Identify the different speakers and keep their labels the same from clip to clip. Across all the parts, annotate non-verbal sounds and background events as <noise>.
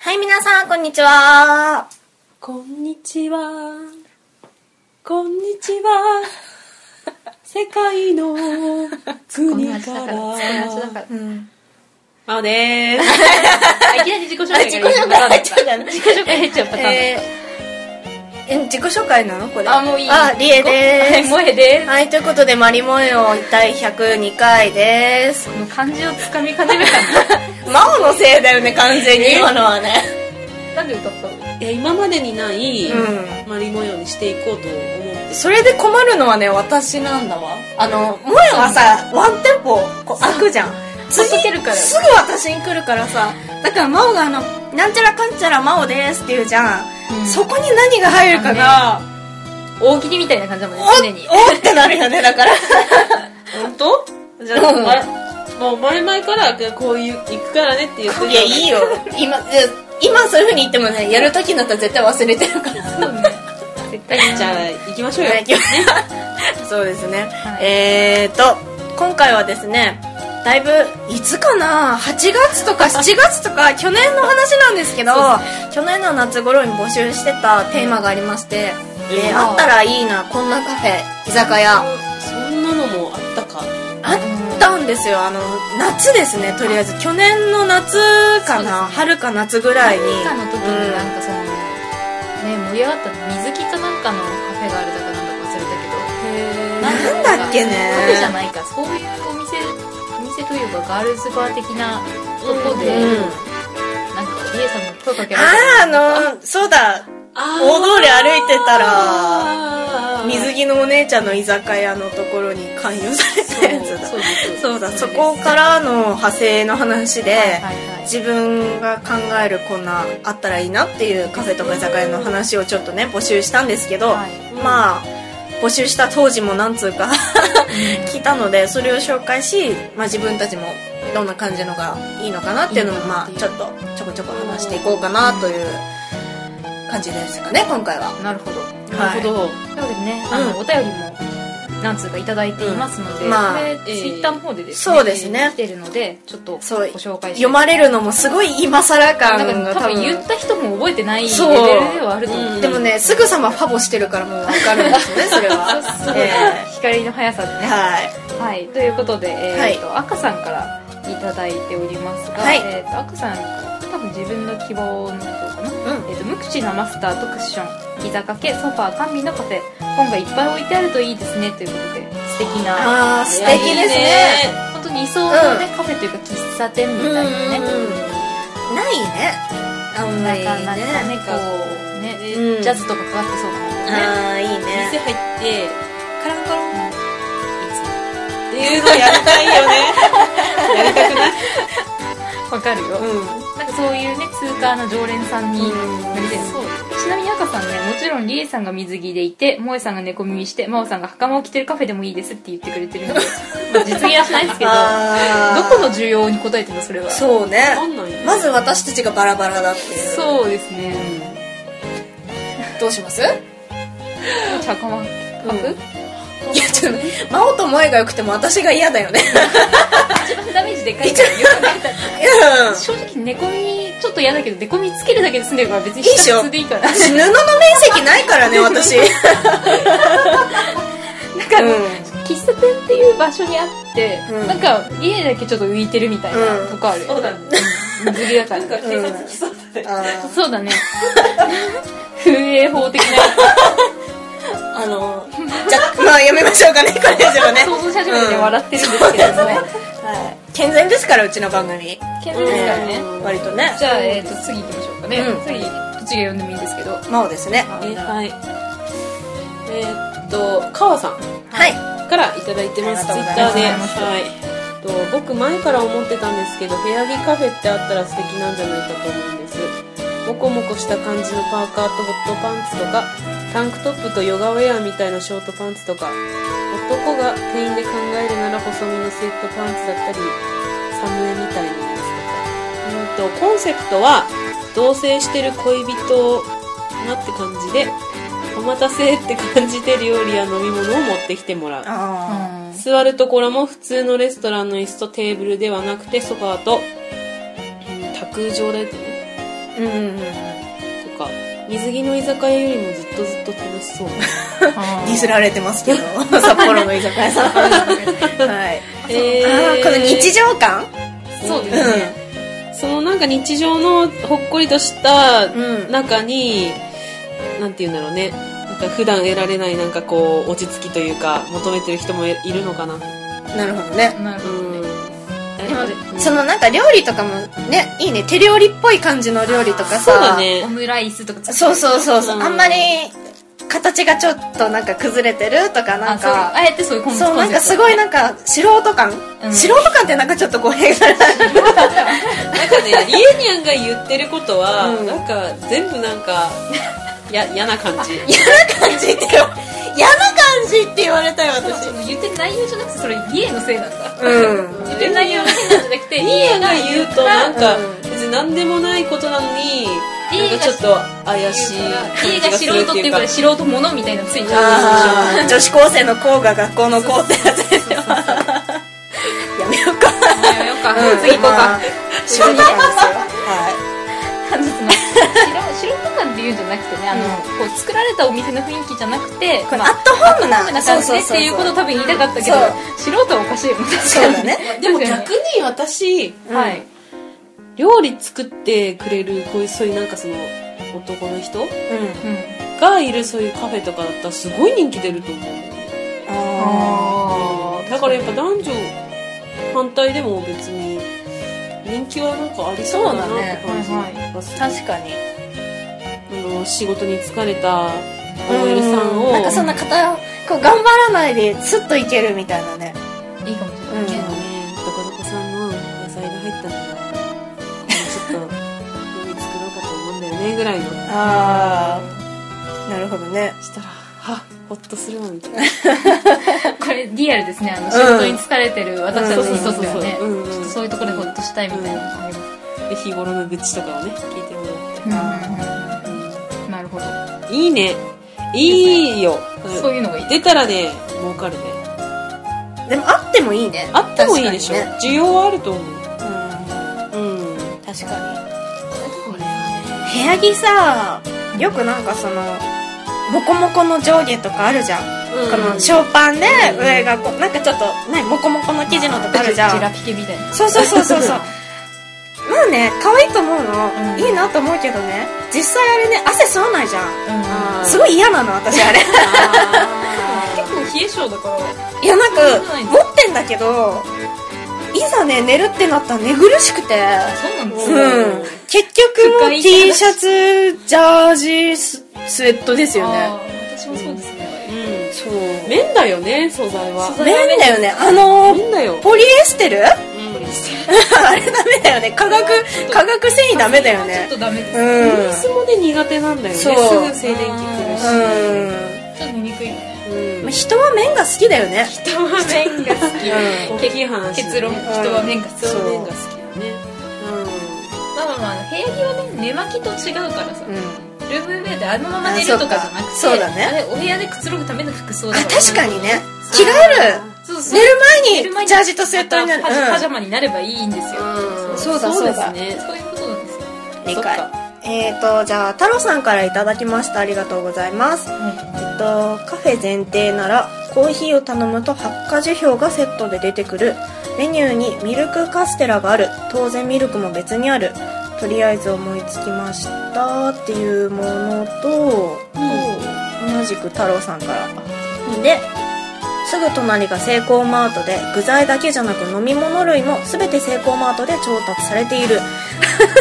Speaker 1: はい、皆さん、こんにちは。
Speaker 2: こんにちは。こんにち
Speaker 1: <laughs>
Speaker 2: は。世界の国から。
Speaker 1: うん。
Speaker 2: まおでーす。いきなり自己紹
Speaker 1: あれ、
Speaker 2: 介。
Speaker 1: 自己紹介入っちゃうじ <laughs> ゃん。
Speaker 2: 自己紹介入っちゃった。
Speaker 1: えー、え自己紹介なのこれ。
Speaker 2: あもういい
Speaker 1: <laughs> あ、りえで。
Speaker 2: 萌えで
Speaker 1: <laughs>
Speaker 2: す
Speaker 1: はい、ということで、マリモエオン第102回です。
Speaker 2: す。もう漢字をつかみかねめた
Speaker 1: マオのせいだよね、完全に。今のはね。
Speaker 2: の。なんで歌ったのいや、今までにない、
Speaker 1: う
Speaker 2: マリ模様にしていこうと思って。
Speaker 1: それで困るのはね、私なんだわ。あの、萌えはさ、ワンテンポ、こう、開くじゃん。次
Speaker 2: 続けるから
Speaker 1: すぐ私に来るからさ。だから、真央があの、なんちゃらかんちゃら真央ですって言うじゃん。
Speaker 2: うん
Speaker 1: そこに何が入るかが、
Speaker 3: 大喜利みたいな感じだもんね
Speaker 1: お、
Speaker 3: 常に
Speaker 1: おってなるよ <laughs> ね、だから。
Speaker 2: 本当じゃあ、
Speaker 1: うん
Speaker 2: あれもう前々からこういう、行くからねって言って
Speaker 1: いや、いいよ。 <laughs> 今、え今そういう風に言ってもね、やる時になったら絶対忘れてるから。
Speaker 2: 絶対じゃあ、行きましょうよ。
Speaker 1: はい行きましょうそうですね、
Speaker 3: はい
Speaker 1: えーと今回はですねだいぶいつかな8月とか
Speaker 3: <laughs>
Speaker 1: 7月とか去年の話なんですけど去年の夏頃に募集してたテーマがありまして、えー
Speaker 2: うん
Speaker 1: あったらいいなこんなカフェ居酒屋
Speaker 2: そんなのもあったか。
Speaker 1: あったんですよあの夏ですねとりあえず去年の夏かな、春か夏ぐらいに
Speaker 3: 文化の時
Speaker 1: う
Speaker 3: に
Speaker 1: ん
Speaker 3: なんかその、ね盛り上がった水着かなんかのカフェがあるとかなんだか忘れたけど
Speaker 1: なんだっけね
Speaker 3: カフェじゃないかそういうお店お店というかガールズバー的なとこで、
Speaker 1: うん
Speaker 3: なんかリエさんの声かけられ
Speaker 1: あああのそうだ
Speaker 2: あ
Speaker 1: 大通り歩いてたら
Speaker 2: ら
Speaker 1: 水着のお姉ちゃんの居酒屋のところに勧誘されたやつだそ
Speaker 2: そううです
Speaker 1: だそ
Speaker 3: そうです
Speaker 1: こからの派生の話で、
Speaker 3: たはいはい
Speaker 1: 自分が考えるこんなあったらいいなっていうカフェとか居酒屋の話をちょっとね募集したんですけど、
Speaker 3: はい
Speaker 1: まあ募集した当時も何通か <laughs> 来たのでそれを紹介し、まあ、自分たちもどんな感じのがいいのかなっていうのも
Speaker 3: いい
Speaker 1: ま
Speaker 3: なっ
Speaker 1: あ
Speaker 3: ていう
Speaker 1: ちょっとちょこちょこ話していこうかなという感じですかね今回は。
Speaker 3: なるほど
Speaker 2: なるほど、
Speaker 3: というわけでねあの、
Speaker 1: うん
Speaker 3: お便りも何通かいただいていますので、
Speaker 1: うんまあ
Speaker 3: これ、
Speaker 2: ええ
Speaker 3: ツイッターの方でですね
Speaker 1: そうですね
Speaker 3: 来てるのでちょっとご
Speaker 1: そう
Speaker 3: 紹介して
Speaker 1: 読まれるのもすごい今更
Speaker 3: な
Speaker 1: 感
Speaker 3: ん
Speaker 1: が
Speaker 3: か
Speaker 1: 多
Speaker 3: 多
Speaker 1: 分
Speaker 3: 分言った人も覚えてないレベ
Speaker 1: そう
Speaker 3: ルではあると思う、
Speaker 2: うん
Speaker 1: でもねすぐさまファボしてるからもう分かるんですよねそれは
Speaker 3: すごい、
Speaker 1: え
Speaker 3: 光の速さで
Speaker 1: え
Speaker 3: ね
Speaker 1: はい
Speaker 3: はい、ということで、えーと赤さんからいただいておりますが、
Speaker 1: はい
Speaker 3: えー、と赤さんから多分自分の希望の方かな、
Speaker 1: う
Speaker 3: えー、と無口なマスターとクッション膝掛けソファー甘味のカフェ本がいっぱい置いてあるといいですねということで素敵な
Speaker 1: ああ素敵ですね
Speaker 3: 本当に理想の、ねカフェというか喫茶店みたいなね、
Speaker 1: ないねあんまり
Speaker 3: なかなか
Speaker 1: ね
Speaker 3: ねこうね、
Speaker 1: うん
Speaker 3: ジャズとかかかってそうな
Speaker 1: ああいい
Speaker 2: 店
Speaker 1: ね
Speaker 2: 入ってカランカランっていうのやりたいよね <laughs> やりたくない
Speaker 3: わかるよ、なんかそういうね通過の常連さんに
Speaker 1: うん
Speaker 3: なりたい
Speaker 2: そう
Speaker 3: ちなみに赤さんねもちろんリエさんが水着でいて萌えさんが猫耳して真央さんが袴を着てるカフェでもいいですって言ってくれて
Speaker 1: <laughs>
Speaker 3: るのでまあ実現はしないですけど
Speaker 1: あー
Speaker 3: どこの需要に応えてるのそれは
Speaker 1: そうね
Speaker 2: わかんない
Speaker 1: まず私たちがバラバラだっていう
Speaker 3: そうですね
Speaker 1: どうしますい
Speaker 3: じゃあ袴
Speaker 1: う
Speaker 3: 履
Speaker 1: ん
Speaker 3: く、
Speaker 1: やちょっと真央と萌が良くても私が嫌だよね
Speaker 3: 一番ダメージでかいからよくない
Speaker 1: うん
Speaker 3: 正直猫耳ちょっと嫌だけど猫耳つけるだけで済んでるから別に
Speaker 1: いいっしょ
Speaker 3: 下普通でいいからだ
Speaker 1: 私布の面積ないからね私うん
Speaker 3: から、喫茶店っていう場所にあって、
Speaker 1: うん
Speaker 3: なんかリエだけちょっと浮いてるみたいなとこあるよ、
Speaker 2: そうだね
Speaker 3: 水着だか
Speaker 2: なんから警察来そうだね
Speaker 1: あー
Speaker 3: そうだね風営法的な
Speaker 1: あのじゃまあやめましょうかねこれ以上ね
Speaker 3: 想像し始めてね笑ってるんですけれども、
Speaker 1: はい健全ですからうちの番組
Speaker 3: 健全ですからね、
Speaker 2: うん
Speaker 1: 割とね
Speaker 3: じゃあ、えー、と次行きましょうかね、
Speaker 1: うん
Speaker 3: 次どっちが読んでもいいんですけどは
Speaker 1: 真央ですね
Speaker 2: え
Speaker 3: い
Speaker 2: はいえーっと川さん
Speaker 1: はい
Speaker 2: からいただいてます
Speaker 1: あ
Speaker 2: ツ
Speaker 1: り
Speaker 2: イ
Speaker 1: がとう
Speaker 2: ッタ
Speaker 1: ご
Speaker 2: ーで
Speaker 1: ざいます
Speaker 2: はいと僕前から思ってたんですけど部屋着カフェってあったら素敵なんじゃないかと思うんですモコモコした感じのパーカーとホットパンツとかタンクトップとヨガウェアみたいなショートパンツとか男が店員で考えるなら細身のスウェットパンツだったりサムネみたいなやつとかうんとコンセプトは同棲してる恋人なって感じでお待たせって感じで料理や飲み物を持ってきてもらう
Speaker 1: あ
Speaker 2: 座るところも普通のレストランの椅子とテーブルではなくてソファーと、うん卓上だよね
Speaker 1: ーうんうんうんデ
Speaker 2: とか水着の居酒屋よりもずっとずっと楽し
Speaker 1: <laughs>
Speaker 2: そう
Speaker 1: ィスられてますけど札幌の居酒屋さん <laughs> はい
Speaker 2: え
Speaker 1: あーこの日常感
Speaker 3: そうですね、
Speaker 2: そのなんか日常のほっこりとした
Speaker 1: うん
Speaker 2: 中に、なんて言うんだろうねなんか普段得られないなんかこう落ち着きというか求めてる人もいるのかなうん
Speaker 1: なるほどね
Speaker 3: なるほど
Speaker 1: でも
Speaker 2: うん
Speaker 1: そのなんか料理とかもねいいね手料理っぽい感じの料理とかさ
Speaker 2: そうだね
Speaker 3: オムライスとか作って
Speaker 1: そうそうそうそう、
Speaker 2: うん
Speaker 1: あんまり形がちょっとなんか崩れてるとかなん
Speaker 3: あそう
Speaker 1: か
Speaker 3: あえてそういうコンセプ
Speaker 1: そう
Speaker 3: ト
Speaker 1: なんかすごいなんか素人感、
Speaker 3: うん
Speaker 1: 素人感ってなんかちょっと語弊がある
Speaker 2: なんかねイエニャンが言ってることは、
Speaker 1: うん
Speaker 2: なんか全部なんかや嫌な感じ
Speaker 1: 感じって言わ <laughs> 嫌な感じって言われたよ私
Speaker 3: 言ってる内容じゃなくてそれ家のせいなんだ
Speaker 1: うん
Speaker 3: 言ってる内容のせいなんじゃなくて
Speaker 2: イエ
Speaker 3: 家
Speaker 2: ニャン
Speaker 3: が
Speaker 2: が
Speaker 3: 言
Speaker 2: 言
Speaker 3: う
Speaker 2: う
Speaker 3: と
Speaker 2: となんか
Speaker 1: うん
Speaker 2: 別に何でもないことなのに
Speaker 3: いい
Speaker 2: なんかちょっと怪しい
Speaker 3: 家が素人っていうから素人ものみたいなのついちゃう
Speaker 1: あー女子高生の校が学校の校ってやつですよやめようか
Speaker 3: やめようか次行こ
Speaker 1: ま
Speaker 3: うか
Speaker 1: あ素人感ですよは
Speaker 3: あのその <laughs> 素人感っていうんじゃなくてねあのこう作られたお店の雰囲気じゃなくて
Speaker 1: いこれ
Speaker 3: ま
Speaker 1: ア
Speaker 3: あ
Speaker 1: ットホームな
Speaker 3: な感じでっていうことを多分言いたかったけ
Speaker 1: そ
Speaker 3: ど
Speaker 1: う
Speaker 3: 素人はおかしいよね
Speaker 1: そうだね
Speaker 2: でも逆に私
Speaker 1: うん
Speaker 3: はい
Speaker 2: 料理作ってくれるこういうそういうなんかその男の人
Speaker 1: うん
Speaker 3: うん
Speaker 2: がいるそういうカフェとかだったらすごい人気出ると思う
Speaker 1: あ
Speaker 2: だからやっぱ男女反対でも別に人気はなんかありそうだなっ
Speaker 1: そうだね
Speaker 2: て感じがす
Speaker 1: ー
Speaker 2: る、
Speaker 1: 確かに
Speaker 2: あの仕事に疲れた OL さんを
Speaker 1: なんかそんな肩こう頑張らないでスッといけるみたいなね
Speaker 3: いいかもしれ
Speaker 1: うん
Speaker 3: ない、
Speaker 2: 今日はねどこどこさんの野菜が入ったんだからちょっと料理作ろうかと思うんだよねぐらいの
Speaker 1: ああなるほどね
Speaker 2: したらはホッとするわみたいな
Speaker 3: これリアルですねあの仕事に疲れてる私たちにとってはね
Speaker 2: うんうんうんうん
Speaker 3: ちょっとそういうところでホッとしたいみたいなのがありま
Speaker 2: で日頃の愚痴とかをね聞いても
Speaker 3: すうんなるほど
Speaker 2: らっていいねいいよ、うん
Speaker 3: そういうのがいい
Speaker 2: 出たらね儲かるね
Speaker 1: でもあってもいいね
Speaker 2: あってもいいでしょ、
Speaker 1: 確か
Speaker 2: 需要はあると思う
Speaker 1: に
Speaker 2: うん
Speaker 1: うん確か
Speaker 3: これはね
Speaker 1: に部屋着さよくなんかそのモコモコの上下とかあるじゃん、こ <laughs> のショーパンで上がこうなんかちょっと何モコモコの生地のとかあるじゃ
Speaker 3: ジ
Speaker 1: ん
Speaker 3: ジラピケみたいな
Speaker 1: そうそうそうそう <laughs> そうまあね可愛いと思うの、
Speaker 3: うん
Speaker 1: いいなと思うけどね実際あれね汗吸わないじゃん
Speaker 2: あー
Speaker 1: すごい嫌なの私
Speaker 3: <laughs>
Speaker 1: あれ
Speaker 2: あ
Speaker 3: 結構冷え性だから
Speaker 1: いやなんか持ってんだけどいざね寝るってなったら寝苦しくて
Speaker 3: そうなんです
Speaker 1: う
Speaker 3: よ
Speaker 2: うん
Speaker 1: ん結局もう
Speaker 3: 深い
Speaker 1: T シャツジャージススウェットですよね
Speaker 3: あー私もそうです
Speaker 2: ー
Speaker 3: ね
Speaker 2: うん
Speaker 1: そう
Speaker 2: 麺だよね素材は
Speaker 3: 素
Speaker 1: 麺だよねあのー
Speaker 2: 麺だよ、
Speaker 1: ポリエステル <laughs> あ
Speaker 2: うん
Speaker 1: れダメだよね化学化学繊維ダメだよ
Speaker 3: ちょっ
Speaker 1: ね
Speaker 3: とダメで
Speaker 1: う
Speaker 3: すちょ
Speaker 2: フ
Speaker 1: ん
Speaker 2: リースもね苦手なんだよねす
Speaker 1: そ
Speaker 2: ぐ
Speaker 1: う
Speaker 2: 静電気くるし
Speaker 1: う
Speaker 3: っと見にくいよね
Speaker 2: うん
Speaker 1: んまあ人は麺が好きだよね
Speaker 3: 人は麺が好き
Speaker 1: う
Speaker 2: 大きい話
Speaker 3: 結論人は麺が好き
Speaker 2: そう
Speaker 1: そう
Speaker 2: 麺が好きだね
Speaker 3: まあまあまあ部屋着はね寝巻きと違うから
Speaker 1: ん、
Speaker 3: さ
Speaker 1: うん、
Speaker 3: ルームウェイであのまま寝るとかじゃなく
Speaker 1: あ
Speaker 3: て
Speaker 1: そうかそうだね
Speaker 3: あれお部屋でくつろぐための服装
Speaker 1: あ
Speaker 3: だから
Speaker 1: 確かにね着替える
Speaker 3: そうそう
Speaker 1: 寝る前にジャージとスウェットになる、
Speaker 3: パジ
Speaker 1: うん
Speaker 3: パジャマになればいいんですよ、
Speaker 2: ん
Speaker 1: そうだそうだ
Speaker 2: ですね
Speaker 3: そういうことなんですよ
Speaker 1: 理
Speaker 2: そっ
Speaker 1: 解
Speaker 2: か
Speaker 1: えーとじゃあ太郎さんからいただきましたありがとうございますえっとカフェ前提ならコーヒーを頼むと発火樹氷がセットで出てくるメニューにミルクカステラがある当然ミルクも別にあるとりあえず思いつきましたっていうものと同じく太郎さんからですぐ隣がセイコーマートで具材だけじゃなく飲み物類も全てセイコーマートで調達されている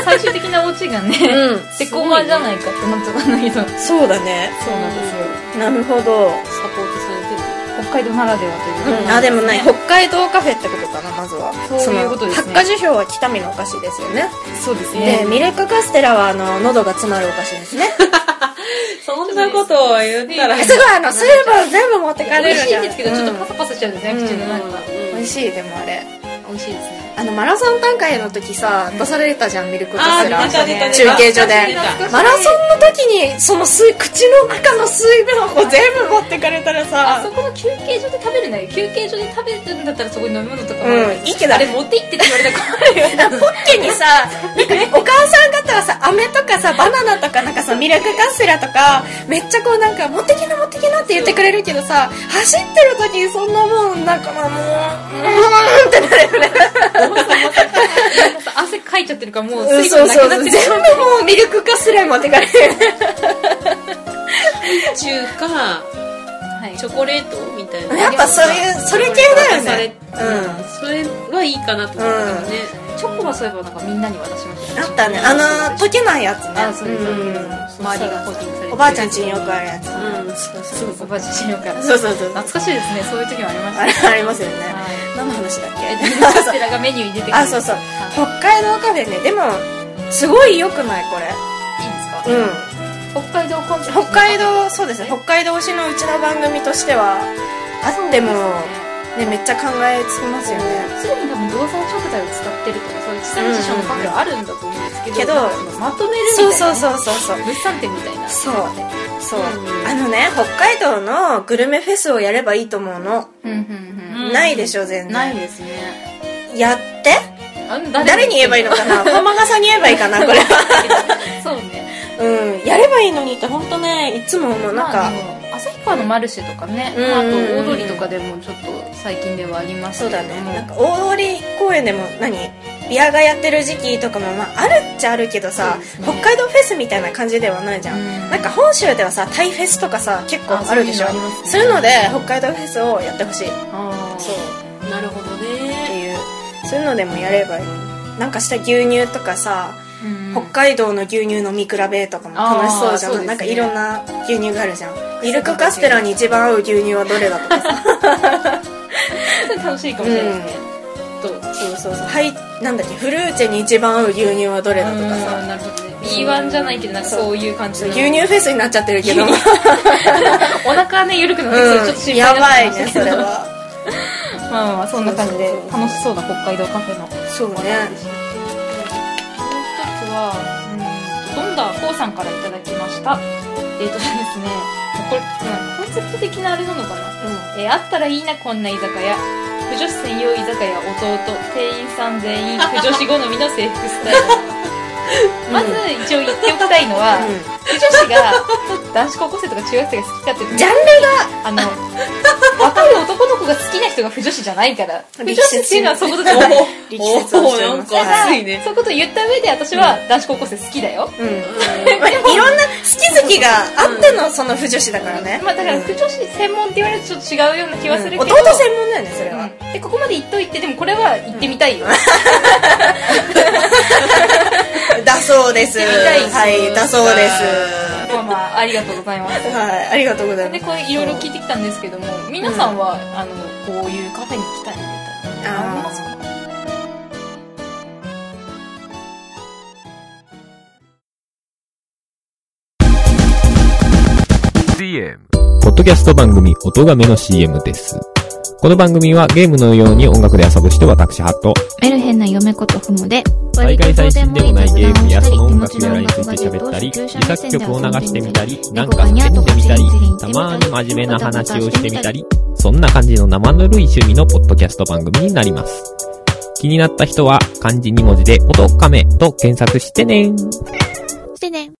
Speaker 3: 最終的なオチがね、
Speaker 1: うん
Speaker 3: <laughs> セコマじゃないかってなっちゃったんだけどそう
Speaker 1: そうだね
Speaker 3: なんですよ
Speaker 1: なるほど、
Speaker 2: サポートされてる
Speaker 3: 北海道ならではという、
Speaker 1: あでもない
Speaker 3: ね
Speaker 1: 北海道カフェってことかなまずは
Speaker 3: そういうことですね
Speaker 1: その発火樹氷は北見のお菓子ですよね
Speaker 3: そうです
Speaker 1: で
Speaker 3: ね
Speaker 1: ミルクカステラはあの喉が詰まるお菓子 <laughs> ですね
Speaker 2: そんなことを言ったら
Speaker 1: すごいあの水分全部持ってか
Speaker 3: 美
Speaker 1: れる
Speaker 3: 味し
Speaker 1: じ
Speaker 3: い
Speaker 1: ゃ
Speaker 3: ん
Speaker 1: ん
Speaker 3: ですけど、ちょっと
Speaker 1: うん
Speaker 3: パサパサしちゃうんですね、
Speaker 1: うん
Speaker 3: 口の中が
Speaker 1: 美味しいでもあれ
Speaker 3: 美味しいですね
Speaker 1: あのマラソン大会の時さ出されたじゃんミルクド
Speaker 2: あ
Speaker 1: ス
Speaker 2: ー
Speaker 1: ラ
Speaker 2: 出た出た
Speaker 1: 中継所で
Speaker 2: 出た懐かしい
Speaker 1: マラソンの時にその水口の中の水分を全部持ってかれたら
Speaker 3: あ
Speaker 1: さ
Speaker 3: そこの休憩所で食べるんだよ休憩所で食べるんだったらそこに飲み物とかもある
Speaker 1: うんいいけど
Speaker 3: あれ持って行ってって言われ
Speaker 1: <laughs>
Speaker 3: たから
Speaker 1: なんかポッケにさなんかお母さん方はさ飴とかさバナナとかなんかさミルクカステラとかめっちゃこうなんか持ってきな持ってきなって言ってくれるけどさ走ってる時にそんなもんなんかもううーんってなるよね
Speaker 3: さ汗かいちゃってるからもう
Speaker 1: そう
Speaker 3: 水
Speaker 1: そ
Speaker 3: 分
Speaker 1: う
Speaker 3: なくな
Speaker 1: そ
Speaker 3: っ
Speaker 1: う
Speaker 3: てる
Speaker 1: 全部もうミルクカステラ持ってかれる
Speaker 2: <laughs> 中華
Speaker 3: はい
Speaker 2: チョコレートみたいな
Speaker 1: やっぱそういうそれ系だよ
Speaker 2: 渡され
Speaker 1: ねうん
Speaker 2: うん、それはいいかなと思ったけどね、
Speaker 3: チョコはそういえばなんかみんなに渡しました
Speaker 1: あったねあの溶けないやつね
Speaker 3: あそれそれ
Speaker 1: うん
Speaker 3: 周りがコーティングされてる
Speaker 1: おばあちゃんちによくあるやつ
Speaker 2: うんそうそう
Speaker 3: おばあちゃんちによくある
Speaker 1: そうそうそう
Speaker 3: 懐かしいですねそういう時もありました
Speaker 1: あ
Speaker 3: ね
Speaker 1: れありますよね
Speaker 3: はい
Speaker 1: 何の話だっ
Speaker 3: え
Speaker 1: け
Speaker 3: っとカステラがメニューに出てくる
Speaker 1: あそうそう
Speaker 3: はい
Speaker 1: 北海道カフェねでもすごい良くないこ
Speaker 3: いいですか
Speaker 1: れうん
Speaker 3: 北海道コンセプト
Speaker 1: 北海道そうですね北海道推しのうちの番組としてはあってもねめっちゃ考えつきますよね
Speaker 3: すでに多分動産食材を使ってるとかそういう地産地消のカフェはあるんだと思うんですけど,、
Speaker 1: けど
Speaker 3: まとめるみたい
Speaker 1: そう
Speaker 3: な
Speaker 1: そうそうそうそう
Speaker 3: 物産展みたいな
Speaker 1: そうそう
Speaker 2: うん
Speaker 1: あのね北海道のグルメフェスをやればいいと思うの
Speaker 3: うんうん
Speaker 2: うん
Speaker 1: ないでしょ全
Speaker 3: うん
Speaker 1: 然
Speaker 3: ないですね
Speaker 1: やって
Speaker 3: あ誰
Speaker 1: 誰に言えばいいのか
Speaker 3: <laughs>
Speaker 1: な駒ヶさんに言えばいいかなこれは
Speaker 3: そうね
Speaker 1: うんやればいいのにって本当ねいつも思うなん
Speaker 3: まあ
Speaker 1: か
Speaker 3: でも旭川のマルシェとかね、
Speaker 1: うん
Speaker 3: まあ、あと大通りとかでもちょっと最近ではあります
Speaker 1: そう
Speaker 3: け
Speaker 1: だ
Speaker 3: れ
Speaker 1: ね
Speaker 3: ども
Speaker 1: なんか大通公園でも何ビアがやってる時期とかもまああるっちゃあるけどさ、
Speaker 3: そうですね
Speaker 1: 北海道フェスみたいな感じではないじゃん、
Speaker 3: うん
Speaker 1: なんか本州ではさタイフェスとかさ結構
Speaker 3: あ
Speaker 1: あるでしょ
Speaker 3: そういうのありますね
Speaker 1: そういうので北海道フェスをやってほしい
Speaker 3: あー
Speaker 1: そう
Speaker 2: なるほど
Speaker 1: って
Speaker 2: ね
Speaker 1: いうそういうのでもやればいいなんかした牛乳とかさ、
Speaker 3: うん
Speaker 1: 北海道の牛乳飲み比べとかも楽しそうじゃ
Speaker 3: あ
Speaker 1: ん、
Speaker 3: ーそうですね
Speaker 1: なんかいろんな牛乳があるじゃんミルクカステラに一番合う牛乳はどれだとかさ
Speaker 3: 楽しいかもしれないですね、
Speaker 2: と
Speaker 1: そうそうそうはいなんだっけフルーチェに一番合う牛乳はどれだとか
Speaker 3: う
Speaker 1: さ
Speaker 3: んなるほどね B1 じゃないけどなんかそういう感じの
Speaker 1: 牛乳フェスになっちゃってるけど、うん、
Speaker 3: お腹ね緩くなってきてちょっと心配にな
Speaker 1: や
Speaker 3: って
Speaker 1: ばい
Speaker 3: ました
Speaker 1: ね
Speaker 3: け
Speaker 1: そ
Speaker 3: ど
Speaker 1: れは
Speaker 3: <laughs> まあまあまあそんな感じで
Speaker 1: そうそうそう
Speaker 3: 楽しそうな北海道カフェのもう一
Speaker 1: そうね
Speaker 3: つはうんとどんだこうさんからいただきましたえっ、とですねこれ、うん、コンセプト的なあれなのかなえーあったらいいなこんな居酒屋不女子専用居酒屋弟店員さん全 <laughs> 員不女子好みの制服スタイルまず一応言っておきたいのは、
Speaker 1: うん、
Speaker 3: 不女子が男子高校生とか中学生が好きかっていうと
Speaker 1: ジャン
Speaker 3: あの、若い男の子が好きな人が不女子じゃないから。不女子っていうのはそういうことじゃ <laughs> ない。
Speaker 1: ルが力説をしています
Speaker 2: おーなんか
Speaker 1: はい
Speaker 2: いね
Speaker 3: そういうことを言った上で私は男子高校生好きだよ。
Speaker 1: うんまあいろんな好き好きがあってのその不女子だからね、
Speaker 3: まあだから不女子専門って言われるとちょっと違うような気はするけど。
Speaker 1: 弟専門だよねそれは、
Speaker 3: うんでここまで言っといてでもこれは言ってみたいよ、
Speaker 1: だそうです。
Speaker 3: 行ってみたいです
Speaker 1: はい、だそうです。
Speaker 3: まあまあありがとうございます
Speaker 1: はい、ありがとうございま。
Speaker 3: ですこれいろいろ聞いてきたんですけども皆さんは、あのこういうカフェに来たいみたいなのありますか
Speaker 4: ポッドキャスト番組、音がめの CM です。この番組はゲームのように音楽で遊ぶして私、ハット。
Speaker 5: メルヘンな嫁ことふもで、
Speaker 4: 大会最新でもないゲームやその音楽やらについて喋ったり、自作曲を流してみたり、なんか叫んでみたり、たまーに真面目な話をしてみたり、そんな感じの生ぬるい趣味のポッドキャスト番組になります。気になった人は漢字2文字で音亀と検索してね
Speaker 5: してね。